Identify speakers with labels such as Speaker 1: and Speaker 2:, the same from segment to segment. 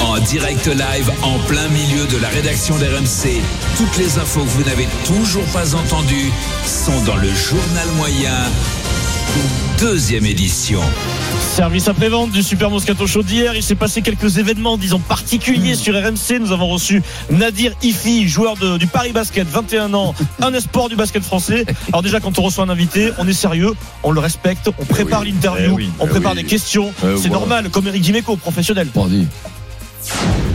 Speaker 1: En direct live, en plein milieu de la rédaction d'RMC, toutes les infos que vous n'avez toujours pas entendues sont dans le journal moyen, deuxième édition.
Speaker 2: Service après-vente du Super Moscato Show d'hier. Il s'est passé quelques événements, disons, particuliers sur RMC. Nous avons reçu Nadir Ifi, joueur de- du Paris Basket, 21 ans, un espoir du basket français. Alors, déjà, quand on reçoit un invité, on est sérieux, on le respecte, on prépare
Speaker 3: oui,
Speaker 2: l'interview,
Speaker 3: eh oui,
Speaker 2: on
Speaker 3: eh
Speaker 2: prépare
Speaker 3: oui.
Speaker 2: des questions.
Speaker 3: Euh,
Speaker 2: C'est
Speaker 3: voilà.
Speaker 2: normal, comme Eric Dimeco, professionnel.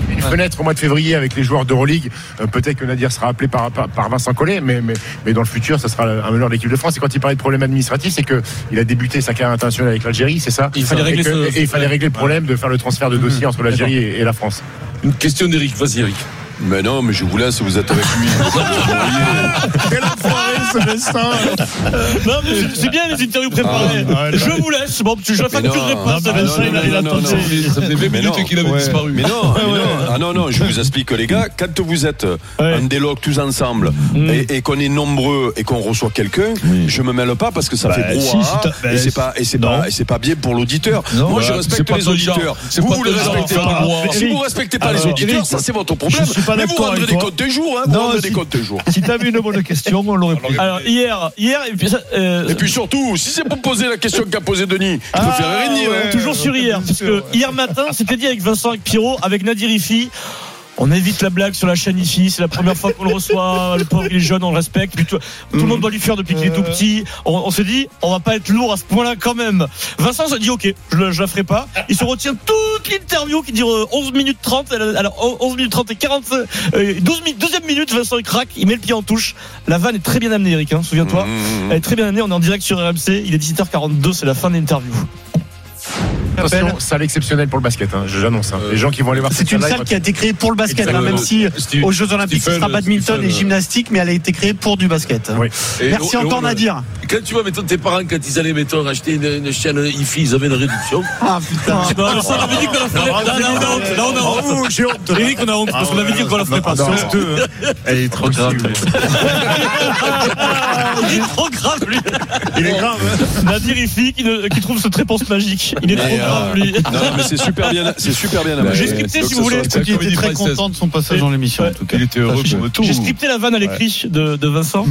Speaker 3: Une fenêtre au mois de février avec les joueurs d'Euroleague. Euh, Peut-être que Nadir sera appelé par, par, par Vincent Collet, mais, mais, mais dans le futur, ça sera un meneur de l'équipe de France. Et quand il parlait de problème administratif, c'est qu'il a débuté sa carrière internationale avec l'Algérie, c'est ça
Speaker 4: Il fallait
Speaker 3: Et
Speaker 4: régler
Speaker 3: que-
Speaker 4: ce-
Speaker 3: et il
Speaker 4: ce Mhm.
Speaker 3: fallait
Speaker 4: problème.
Speaker 3: régler le problème de faire le transfert de dossier entre l'Algérie et, et la France.
Speaker 4: Une question d'Eric, vas-y Eric.
Speaker 5: Mais non, mais je vous laisse, vous êtes avec lui.
Speaker 2: Non, mais c'est- c'est bien les interviews préparées. Je vous laisse. Bon, tu- je facturerai
Speaker 5: non.
Speaker 2: pas ça,
Speaker 5: Ah, non,
Speaker 2: Vincent,
Speaker 5: non,
Speaker 2: il a-
Speaker 5: non,
Speaker 2: il a
Speaker 5: non,
Speaker 2: tenté.
Speaker 5: non, non.
Speaker 4: Ça faisait 20
Speaker 5: Mais non.
Speaker 4: minutes qu'il avait
Speaker 2: Ouais.
Speaker 4: disparu.
Speaker 5: Mais non, mais non. Ah non, non, je vous explique, les gars, quand vous êtes
Speaker 2: Ouais. Mm.
Speaker 5: en déloc tous ensemble et, et qu'on est nombreux et qu'on reçoit quelqu'un, je me mêle pas parce que ça fait
Speaker 2: si,
Speaker 5: brouhaha
Speaker 2: c'est ta-
Speaker 5: et
Speaker 2: bah,
Speaker 5: c'est pas, et c'est pas, et c'est pas bien pour l'auditeur.
Speaker 4: Non,
Speaker 5: Moi,
Speaker 4: bah,
Speaker 5: je
Speaker 4: c'est
Speaker 5: respecte
Speaker 4: pas
Speaker 5: les
Speaker 4: ton
Speaker 5: auditeurs.
Speaker 4: genre. C'est
Speaker 5: Vous,
Speaker 4: pas
Speaker 5: vous
Speaker 4: ton
Speaker 5: les
Speaker 4: genre.
Speaker 5: respectez
Speaker 4: Enfin,
Speaker 5: pas.
Speaker 4: moi.
Speaker 5: Si vous respectez pas les
Speaker 2: Alors,
Speaker 5: auditeurs,
Speaker 2: Ah, Eric,
Speaker 5: ça, c'est votre problème.
Speaker 2: je suis pas
Speaker 5: Mais vous
Speaker 2: d'accord
Speaker 5: rendrez
Speaker 2: avec
Speaker 5: des
Speaker 2: toi.
Speaker 5: comptes des jours, hein. Vous
Speaker 2: Non,
Speaker 5: rendrez des
Speaker 2: si-
Speaker 5: comptes des jours.
Speaker 2: Si t'avais une bonne question, on l'aurait pris. Alors, hier, hier, et puis ça, euh,
Speaker 5: Et puis surtout, si c'est pour poser la question qu'a posée Denis, je peux
Speaker 2: Ah,
Speaker 5: faire rien dire.
Speaker 2: ouais,
Speaker 5: hein.
Speaker 2: Toujours sur hier, parce que hier matin, c'était dit avec Vincent, avec Pierrot, avec Nadir Ifi. On évite la blague sur la chaîne Ifi, c'est la première fois qu'on le reçoit, le pauvre il est jeune, on le respecte, Puis tout, tout le monde doit lui faire depuis qu'il est tout petit. On, on s'est dit, on va pas être lourd à ce point-là quand même. Vincent se dit, ok, je, le- je la ferai pas. Il se retient toute l'interview qui dure euh, 11 minutes 30, elle- alors on- 11 minutes 30 et 40, euh, 12 minutes, deuxième minute, Vincent il craque, il met le pied en touche. La vanne est très bien amenée Eric, hein, souviens-toi.
Speaker 5: Mmh.
Speaker 2: Elle est très bien amenée, on est en direct sur RMC, il est 17h42, c'est la fin de l'interview.
Speaker 3: Attention, salle exceptionnelle pour le basket, hein, je- j'annonce. hein. Les gens qui vont aller voir cette
Speaker 6: C'est une
Speaker 3: salle-là,
Speaker 6: salle qui a été créée pour le basket, hein,
Speaker 4: Exactement.
Speaker 6: même
Speaker 2: euh,
Speaker 6: si
Speaker 4: Steve-
Speaker 6: aux Jeux Olympiques ce
Speaker 4: Stephen,
Speaker 6: sera badminton
Speaker 4: Stephen,
Speaker 6: et gymnastique, mais elle a été créée pour du basket.
Speaker 4: hein.
Speaker 3: Oui.
Speaker 4: Et
Speaker 6: Merci
Speaker 4: on- et
Speaker 6: encore
Speaker 4: on-
Speaker 6: Nadir.
Speaker 4: Quand tu vois, mettons, tes parents, quand ils allaient, mettons, acheter une, une chaîne IFI, ils avaient une réduction.
Speaker 6: Ah putain.
Speaker 2: Non, ça, bah, on avait dit qu'on la ferait. Là, là, on a honte. Là, on a honte.
Speaker 3: Bravo, j'ai honte.
Speaker 2: Eric, on a honte parce qu'on avait dit qu'on la ferait pas.
Speaker 3: Non, non, non. Elle est trop grave.
Speaker 2: Il est trop grave, lui.
Speaker 3: Il est grave. hein.
Speaker 2: Nadir Ifi qui, ne- qui trouve cette réponse magique. Il est trop
Speaker 5: Mais,
Speaker 2: grave,
Speaker 5: euh,
Speaker 2: lui.
Speaker 5: Non, non, mais c'est super bien, c'est super bien.
Speaker 4: Bah,
Speaker 2: J'ai
Speaker 5: aménagé.
Speaker 2: scripté,
Speaker 5: Donc,
Speaker 2: si
Speaker 5: ça
Speaker 2: vous
Speaker 5: sera
Speaker 2: voulez.
Speaker 5: spectacle.
Speaker 6: Qui était très content de son passage dans l'émission, en tout cas.
Speaker 4: Il était heureux comme tout.
Speaker 2: J'ai scripté la vanne à l'écrit de, de Vincent.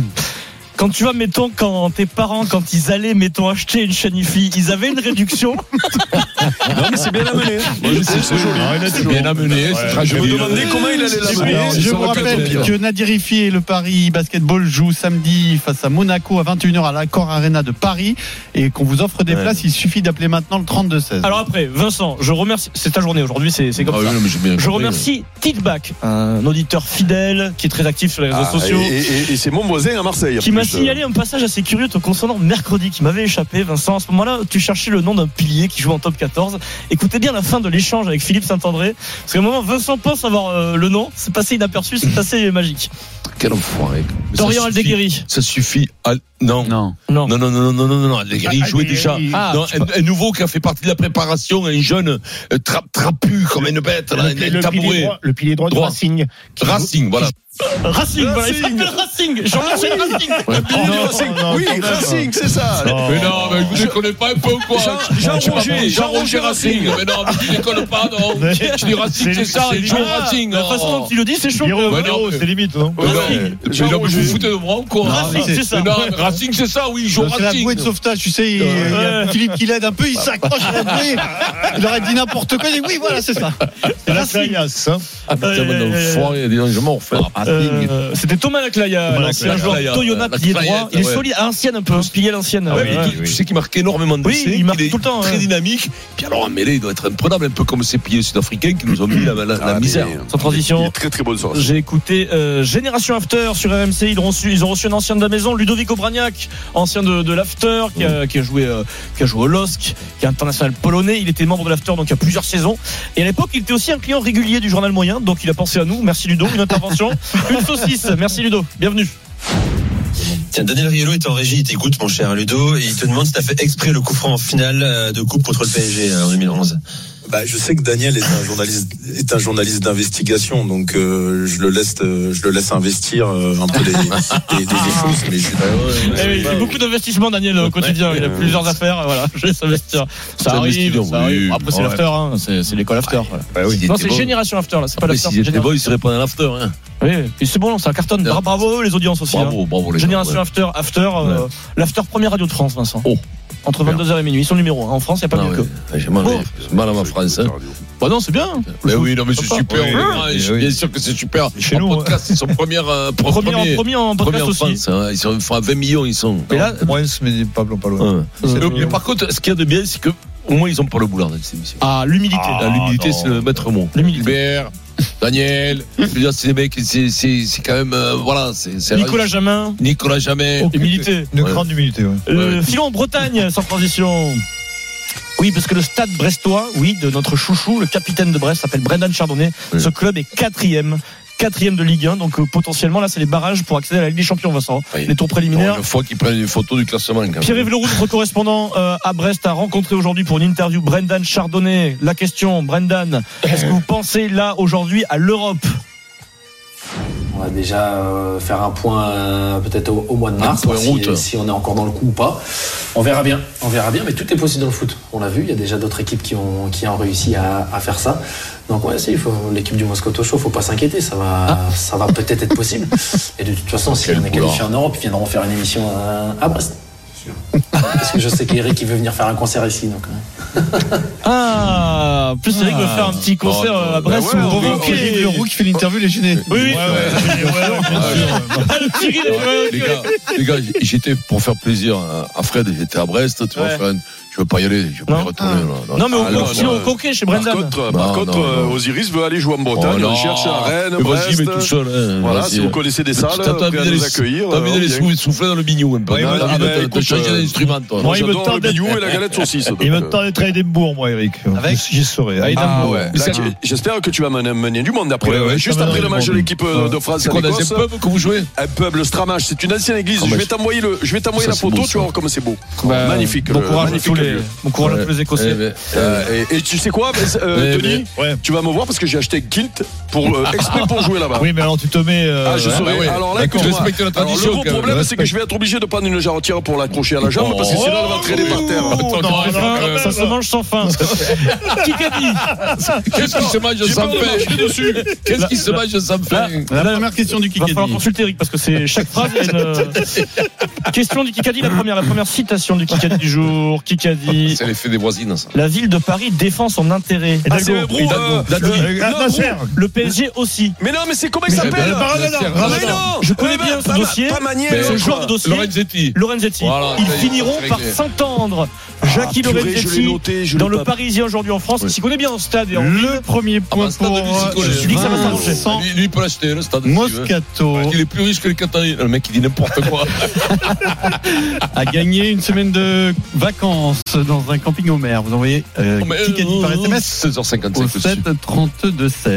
Speaker 2: Quand tu vois, mettons, quand tes parents, quand ils allaient, mettons, acheter une chaîne IFI, ils avaient une réduction.
Speaker 5: Non, mais c'est bien amené. Moi, je trouve que c'est joli.
Speaker 4: C'est bien amené. c'est très
Speaker 5: Je me
Speaker 4: joli.
Speaker 5: demandais comment il allait
Speaker 4: Ah, C'est
Speaker 5: l'amener.
Speaker 4: bien.
Speaker 5: C'est
Speaker 6: Je
Speaker 5: sur
Speaker 6: vous
Speaker 5: le
Speaker 6: rappelle
Speaker 5: plateau.
Speaker 6: que Nadir Iffi et le Paris Basketball jouent samedi face à Monaco à 21h à l'Accor Arena de Paris et qu'on vous offre des places. Il suffit d'appeler maintenant le 32-16.
Speaker 2: Alors après, Vincent, je remercie. C'est ta journée aujourd'hui, c'est c'est comme
Speaker 4: Ah oui,
Speaker 2: ça.
Speaker 4: non, mais j'ai bien
Speaker 2: Je
Speaker 4: compris.
Speaker 2: remercie Titback, un auditeur fidèle qui est très actif sur les réseaux
Speaker 5: Ah,
Speaker 2: sociaux.
Speaker 5: Et, et- et c'est mon voisin à Marseille. en
Speaker 2: qui
Speaker 5: plus.
Speaker 2: m'a
Speaker 4: euh,
Speaker 2: signalé un passage assez curieux te concernant mercredi qui m'avait échappé Vincent à ce moment-là tu cherchais le nom d'un pilier qui joue en top 14 écoutez bien la fin de l'échange avec Philippe Saint-André parce qu'à un moment Vincent pense avoir euh, le nom c'est passé inaperçu c'est assez magique
Speaker 4: Quel enfoiré. Mais ça
Speaker 2: Dorian
Speaker 4: suffit.
Speaker 2: Aldeguerri
Speaker 4: Ça suffit. à- Non.
Speaker 6: Non.
Speaker 2: non
Speaker 4: Non, non, non, non, non, non, non, Allegri il jouait déjà. Non, un, un nouveau qui a fait partie de la préparation, un jeune euh, tra- trapu comme une bête, là, un un tabouret.
Speaker 3: le pilier droit
Speaker 4: de Droit. Racing. Racing, voilà.
Speaker 2: Racing voilà, il s'appelle Racing
Speaker 4: Ah
Speaker 2: Jean-Michel Racing
Speaker 5: Billy Racing. Oui, Racing, c'est ça.
Speaker 6: Oh.
Speaker 4: Mais non, mais vous ne connaissez pas un peu ou quoi
Speaker 5: Jean-
Speaker 4: Je sais pas,
Speaker 5: Jean-Roger,
Speaker 4: moi,
Speaker 5: Jean-Roger Racing.
Speaker 4: Mais non, mais tu ne connais pas, non Je dis Racing, c'est ça, il joue au Racing.
Speaker 2: Ah, la
Speaker 4: oh.
Speaker 2: façon dont il le dit c'est chaud Euh,
Speaker 4: Ouais, Bah non, mais-
Speaker 3: limite,
Speaker 6: hein.
Speaker 3: non
Speaker 4: mais non,
Speaker 2: Racing.
Speaker 4: mais non, mais vous
Speaker 5: Jean-Roger.
Speaker 4: vous foutez de moi ou quoi
Speaker 2: Racing,
Speaker 4: Mais
Speaker 2: c'est ça.
Speaker 4: Non, mais Racing, c'est ça, oui, il joue au
Speaker 6: C'est la bouée
Speaker 4: Racing.
Speaker 6: de sauvetage, tu sais. il- il y a Philippe qui l'aide un peu, il s'accroche à la bouée. Il aurait dit n'importe quoi. Il dit oui, voilà, c'est hein. ça.
Speaker 2: Racing
Speaker 4: Ah, putain,
Speaker 2: Euh,
Speaker 4: mais non,
Speaker 2: euh,
Speaker 4: foiré, dis donc, je m'en refais.
Speaker 6: Racing.
Speaker 2: Euh, C'était Thomas Laclaya,
Speaker 4: Thomas
Speaker 2: l'ancien
Speaker 4: Laclaya,
Speaker 2: joueur
Speaker 4: Laclaya,
Speaker 2: Toyonat,
Speaker 4: Laclaya,
Speaker 2: pilier droit. Il est
Speaker 4: ouais.
Speaker 2: solide, à ancienne un peu, pilier à l'ancienne.
Speaker 4: Ah ouais,
Speaker 2: Ouais,
Speaker 4: mais tu- Tu sais qu'il marque énormément de
Speaker 2: Oui,
Speaker 4: d'essais,
Speaker 2: il
Speaker 4: qu'il
Speaker 2: marque
Speaker 4: est
Speaker 2: tout le temps,
Speaker 4: Très
Speaker 2: hein.
Speaker 4: dynamique. Puis alors en mêlée, il doit être imprenable, un peu comme ces piliers sud-africains qui nous ont mis la, la- la
Speaker 5: Ah, mais-
Speaker 4: misère.
Speaker 2: Sans transition.
Speaker 5: Il est Très très bonne source.
Speaker 2: J'ai écouté euh, Génération After sur RMC. Ils ont reçu, ils ont reçu un ancien de la maison, Ludovic Obraniak, ancien de, de l'After, qui
Speaker 4: Mm.
Speaker 2: a, qui a joué, euh, qui a joué au LOSC, qui est international polonais. Il était membre de l'After donc il y a plusieurs saisons. Et à l'époque, il était aussi un client régulier du journal moyen, donc il a pensé à nous. Merci Ludo, une intervention, une saucisse. Merci Ludo, bienvenue.
Speaker 7: Tiens, Daniel Riello est en régie, il t'écoute, mon cher Ludo, et il te demande si t'as fait exprès le coup franc en finale euh, de coupe contre le PSG euh, en 2011.
Speaker 8: Bah, je sais que Daniel est un journaliste, est un journaliste d'investigation, donc euh, je le laisse, euh, je le laisse investir euh, un peu des, des- des- des choses. Mais je suis-
Speaker 2: Eh oui, c'est beaucoup d'investissement, Daniel, au quotidien. il a plusieurs affaires. Voilà, je vais s'investir. Ça
Speaker 4: C'est
Speaker 2: arrive,
Speaker 4: investissement,
Speaker 2: ça arrive.
Speaker 4: oui.
Speaker 2: Après, c'est
Speaker 4: Ouais.
Speaker 2: l'after, hein. c'est c'est l'école after. voilà.
Speaker 4: Bah oui, Ah,
Speaker 2: Non, c'est Génération After, là, c'est pas
Speaker 4: Après,
Speaker 2: l'after.
Speaker 4: s'ils étaient
Speaker 2: Génération.
Speaker 4: bons, ils seraient pas dans l'after. Hein.
Speaker 2: Oui, et c'est bon, ça cartonne. Bra- Bravo eux, les audiences aussi. hein.
Speaker 4: Bravo, bravo les gens,
Speaker 2: Génération
Speaker 4: ouais.
Speaker 2: After, After, euh, l'After première radio de France, Vincent.
Speaker 4: Oh.
Speaker 2: Entre 22h et minuit, ils sont numéro 1. En France, il n'y a pas
Speaker 4: Ah
Speaker 2: mieux
Speaker 4: ouais.
Speaker 2: que.
Speaker 4: Ouais, J'ai mal,
Speaker 2: Bon.
Speaker 4: j'ai mal à ma France. hein.
Speaker 2: Bah non, c'est bien.
Speaker 4: Mais oui, non, mais c'est
Speaker 2: Papa.
Speaker 4: super.
Speaker 2: Oh. Oui,
Speaker 4: on est- Bien sûr que c'est super.
Speaker 2: Chez
Speaker 4: en
Speaker 2: nous, hein.
Speaker 4: podcast, ils sont premiers. euh, pre-
Speaker 2: Premier, en,
Speaker 4: premiers-
Speaker 2: premier en
Speaker 4: premiers
Speaker 2: podcast
Speaker 4: en
Speaker 2: aussi.
Speaker 4: France. hein. Ils sont enfin, à 20 millions, ils sont.
Speaker 2: Mais là,
Speaker 6: Moins, mais pas, pas loin.
Speaker 4: Ouais.
Speaker 2: euh,
Speaker 4: Mais- Mais par contre, ce qu'il y a de bien, c'est que au moins, ils ont pas le boulard dans cette émission.
Speaker 2: ah, l'humilité.
Speaker 4: Ah, l'humilité,
Speaker 2: non.
Speaker 4: c'est le maître mot.
Speaker 2: L'humilité.
Speaker 4: Hubert, Daniel, je veux dire, c'est des mecs, c'est- c'est c'est quand même. euh, voilà, c'est. c'est- Eh,
Speaker 2: Nicolas Jamin,
Speaker 4: Nicolas Jamais.
Speaker 2: humilité.
Speaker 6: Une
Speaker 4: grande
Speaker 6: humilité, ouais.
Speaker 2: Euh,
Speaker 4: Ouais.
Speaker 2: Filons en Bretagne, sans transition. Oui, parce que le stade brestois, oui, de notre chouchou, le capitaine de Brest, s'appelle Brendan Chardonnay.
Speaker 4: Oui.
Speaker 2: Ce club est quatrième. Quatrième de Ligue 1, donc euh, potentiellement là c'est les barrages pour accéder à la Ligue des Champions, Vincent.
Speaker 4: Oui.
Speaker 2: Les tours préliminaires.
Speaker 4: Une fois qu'ils prennent une photo du classement, quand même.
Speaker 2: Pierre-Yves Leroux, notre correspondant euh, à Brest, a rencontré aujourd'hui pour une interview Brendan Chardonnay. La question, Brendan, est-ce que vous pensez là aujourd'hui à l'Europe
Speaker 9: On va déjà euh, faire un point euh, peut-être au, au mois de mars,
Speaker 4: point
Speaker 9: voir si,
Speaker 4: route.
Speaker 9: si on est encore dans le coup ou pas. On verra bien, on verra bien, mais tout est possible dans le foot. On l'a vu, il y a déjà d'autres équipes qui ont, qui ont réussi à, à faire ça. Donc ouais, si, il faut- l'équipe du Moscoto Show, faut pas s'inquiéter, ça va, ça va peut-être être possible. Et de toute façon, si
Speaker 4: Ah. Quel
Speaker 9: on est
Speaker 4: boulard.
Speaker 9: qualifié en Europe, ils viendront faire une émission à- à, Brest. Parce que je sais qu'Eric il veut venir faire un concert ici, donc. euh,
Speaker 2: Ah, en plus Eric veut faire un petit concert euh, à Brest.
Speaker 5: Bah ouais,
Speaker 2: ou-
Speaker 5: on veut-
Speaker 2: Ok.
Speaker 6: Le roux qui fait l'interview,
Speaker 2: Euh,
Speaker 6: les gênés.
Speaker 2: Oui, oui.
Speaker 5: Ah,
Speaker 2: Ah,
Speaker 4: les gars, les gars, j'étais pour faire plaisir à à Fred, j'étais à Brest, tu vois,
Speaker 2: Ouais.
Speaker 4: Fred, je veux pas y aller, je veux pas y
Speaker 2: Non.
Speaker 4: retourner. là, là.
Speaker 2: Non mais
Speaker 4: Ah,
Speaker 2: on,
Speaker 5: Alors,
Speaker 2: sinon
Speaker 5: euh,
Speaker 2: on conquête chez
Speaker 5: Par
Speaker 2: Brendan.
Speaker 5: contre, par
Speaker 4: Non,
Speaker 5: contre,
Speaker 4: non, non.
Speaker 5: euh, Osiris veut aller jouer en
Speaker 4: Oh,
Speaker 5: Bretagne,
Speaker 4: non.
Speaker 5: on cherche à Rennes,
Speaker 4: Mais
Speaker 5: Brest.
Speaker 4: Vas-y, mais tout seul. hein,
Speaker 5: Voilà,
Speaker 4: vas-y.
Speaker 5: si vous connaissez des
Speaker 4: Mais
Speaker 5: salles,
Speaker 4: t'as- T'as envie
Speaker 5: prêts à
Speaker 4: d'aller
Speaker 5: nous accueillir.
Speaker 4: t'as envie
Speaker 5: euh,
Speaker 4: d'aller
Speaker 5: bien.
Speaker 4: sou- souffler dans le bignou un peu.
Speaker 5: Ouais,
Speaker 4: Ah,
Speaker 5: mais-
Speaker 4: t'as-
Speaker 5: ah, bah,
Speaker 4: t'as- T'as
Speaker 5: écoute,
Speaker 4: changé
Speaker 5: euh,
Speaker 4: d'instrument, toi.
Speaker 2: Moi, il me
Speaker 5: J'adore le
Speaker 2: tente d'être-
Speaker 5: bignou et la galette saucisse. donc, euh,
Speaker 6: des traits des bourgs, moi, Eric. Avec J'y serais.
Speaker 4: Ah, ouais.
Speaker 5: Là,
Speaker 4: C'est-
Speaker 5: tu- J'espère que tu vas mener- mener du monde après,
Speaker 4: Ouais,
Speaker 5: le-
Speaker 4: ouais,
Speaker 5: juste
Speaker 4: ça va,
Speaker 5: après le
Speaker 4: du
Speaker 5: match de
Speaker 4: monde.
Speaker 5: l'équipe euh, de France
Speaker 4: C'est quoi,
Speaker 5: à
Speaker 4: dans un
Speaker 5: l'Écosse.
Speaker 4: pub que vous jouez
Speaker 5: Un peuple Stramage, c'est une ancienne église.
Speaker 4: Ah,
Speaker 5: je
Speaker 4: bah,
Speaker 5: vais
Speaker 4: je-
Speaker 5: t'envoyer le, je vais t'envoyer
Speaker 4: Ça,
Speaker 5: la
Speaker 4: c'est
Speaker 5: photo,
Speaker 4: beau,
Speaker 5: tu
Speaker 4: ça.
Speaker 5: vas voir comme c'est beau.
Speaker 2: Bah,
Speaker 5: magnifique.
Speaker 2: Bon
Speaker 5: euh,
Speaker 2: courage à tous
Speaker 5: magnifique
Speaker 2: les,
Speaker 5: lieu.
Speaker 2: bon courage à
Speaker 4: Ouais.
Speaker 2: tous les Écossais.
Speaker 4: Eh ben,
Speaker 5: Euh, et, et tu sais quoi, ben, euh,
Speaker 4: Ouais,
Speaker 5: Denis,
Speaker 6: ouais.
Speaker 5: tu vas me voir parce que j'ai acheté un kilt pour euh, exprès pour jouer là-bas.
Speaker 6: mais alors tu te mets. euh,
Speaker 2: Euh,
Speaker 5: Ah, je
Speaker 4: ouais,
Speaker 5: saurais.
Speaker 4: bah ouais.
Speaker 5: Alors là,
Speaker 4: D'accord,
Speaker 5: écoute-moi.
Speaker 4: je respecte la
Speaker 5: Alors,
Speaker 4: tradition,
Speaker 5: le gros
Speaker 4: quand même,
Speaker 5: problème,
Speaker 4: je
Speaker 5: c'est que je vais être obligé de prendre une jarretière pour l'accrocher à la jambe parce que sinon, elle va traîner par terre.
Speaker 2: Oh,
Speaker 4: Attends,
Speaker 2: non,
Speaker 4: quand
Speaker 2: ça,
Speaker 4: même.
Speaker 2: ça se mange sans fin. Kikadi.
Speaker 4: Qu'est-ce qui se mange
Speaker 5: J'ai
Speaker 4: sans
Speaker 5: peur de marcher
Speaker 4: paix
Speaker 5: dessus.
Speaker 4: Qu'est-ce qui se mange sans paix
Speaker 6: La première question du
Speaker 2: Il va falloir
Speaker 6: Kikadi.
Speaker 2: consulter Eric parce que c'est chaque phrase. il y a une- Question du Kikadi, la première, la première citation du Kikadi du jour. Kikadi.
Speaker 4: Ah, C'est l'effet des voisines, ça.
Speaker 2: La ville de Paris défend son intérêt.
Speaker 5: Ah,
Speaker 2: Hidalgo. Ah,
Speaker 5: c'est le brou,
Speaker 4: Hidalgo,
Speaker 5: euh,
Speaker 4: Hidalgo.
Speaker 5: euh, non, brou.
Speaker 2: Le PSG aussi.
Speaker 5: Mais non, mais c'est comment il
Speaker 4: Mais
Speaker 5: s'appelle Ah,
Speaker 4: Ramadan,
Speaker 5: Mais
Speaker 4: Ramadan.
Speaker 5: non
Speaker 2: Je connais
Speaker 5: Mais
Speaker 2: bien
Speaker 5: non,
Speaker 2: ce
Speaker 5: pas-
Speaker 2: dossier.
Speaker 5: Pas Manier,
Speaker 4: Mais
Speaker 2: ce
Speaker 5: quoi.
Speaker 2: joueur de dossier,
Speaker 4: Lorenzetti.
Speaker 2: Lorenzetti.
Speaker 4: Voilà,
Speaker 2: Ils
Speaker 4: ça y est,
Speaker 2: finiront
Speaker 4: c'est
Speaker 2: par
Speaker 4: réglé.
Speaker 2: s'entendre.
Speaker 5: Ah,
Speaker 2: Jackie
Speaker 5: purée, Je l'ai
Speaker 2: Lorenzetti.
Speaker 5: noté, je l'ai
Speaker 2: Dans le
Speaker 5: pas-
Speaker 2: Parisien aujourd'hui en France,
Speaker 4: Oui.
Speaker 2: qui s'y connaît bien en stade et en
Speaker 6: Le premier
Speaker 4: Ah,
Speaker 6: point
Speaker 4: bah, stade
Speaker 6: pour.
Speaker 4: de Mexico,
Speaker 6: euh,
Speaker 4: je
Speaker 2: dis que ça va s'arranger.
Speaker 6: Vincent
Speaker 4: Lui, lui, il peut l'acheter, le stade. si tu veux.
Speaker 6: Moscato
Speaker 4: Il est plus riche que les Qataris. Le mec, il dit n'importe quoi.
Speaker 6: a gagné une semaine de vacances dans un camping au mer. Vous envoyez euh,
Speaker 4: Oh, Mais,
Speaker 6: Kikadi par
Speaker 4: euh,
Speaker 6: SMS
Speaker 4: 16h55
Speaker 6: au
Speaker 4: tout de suite.
Speaker 6: 7 32 16.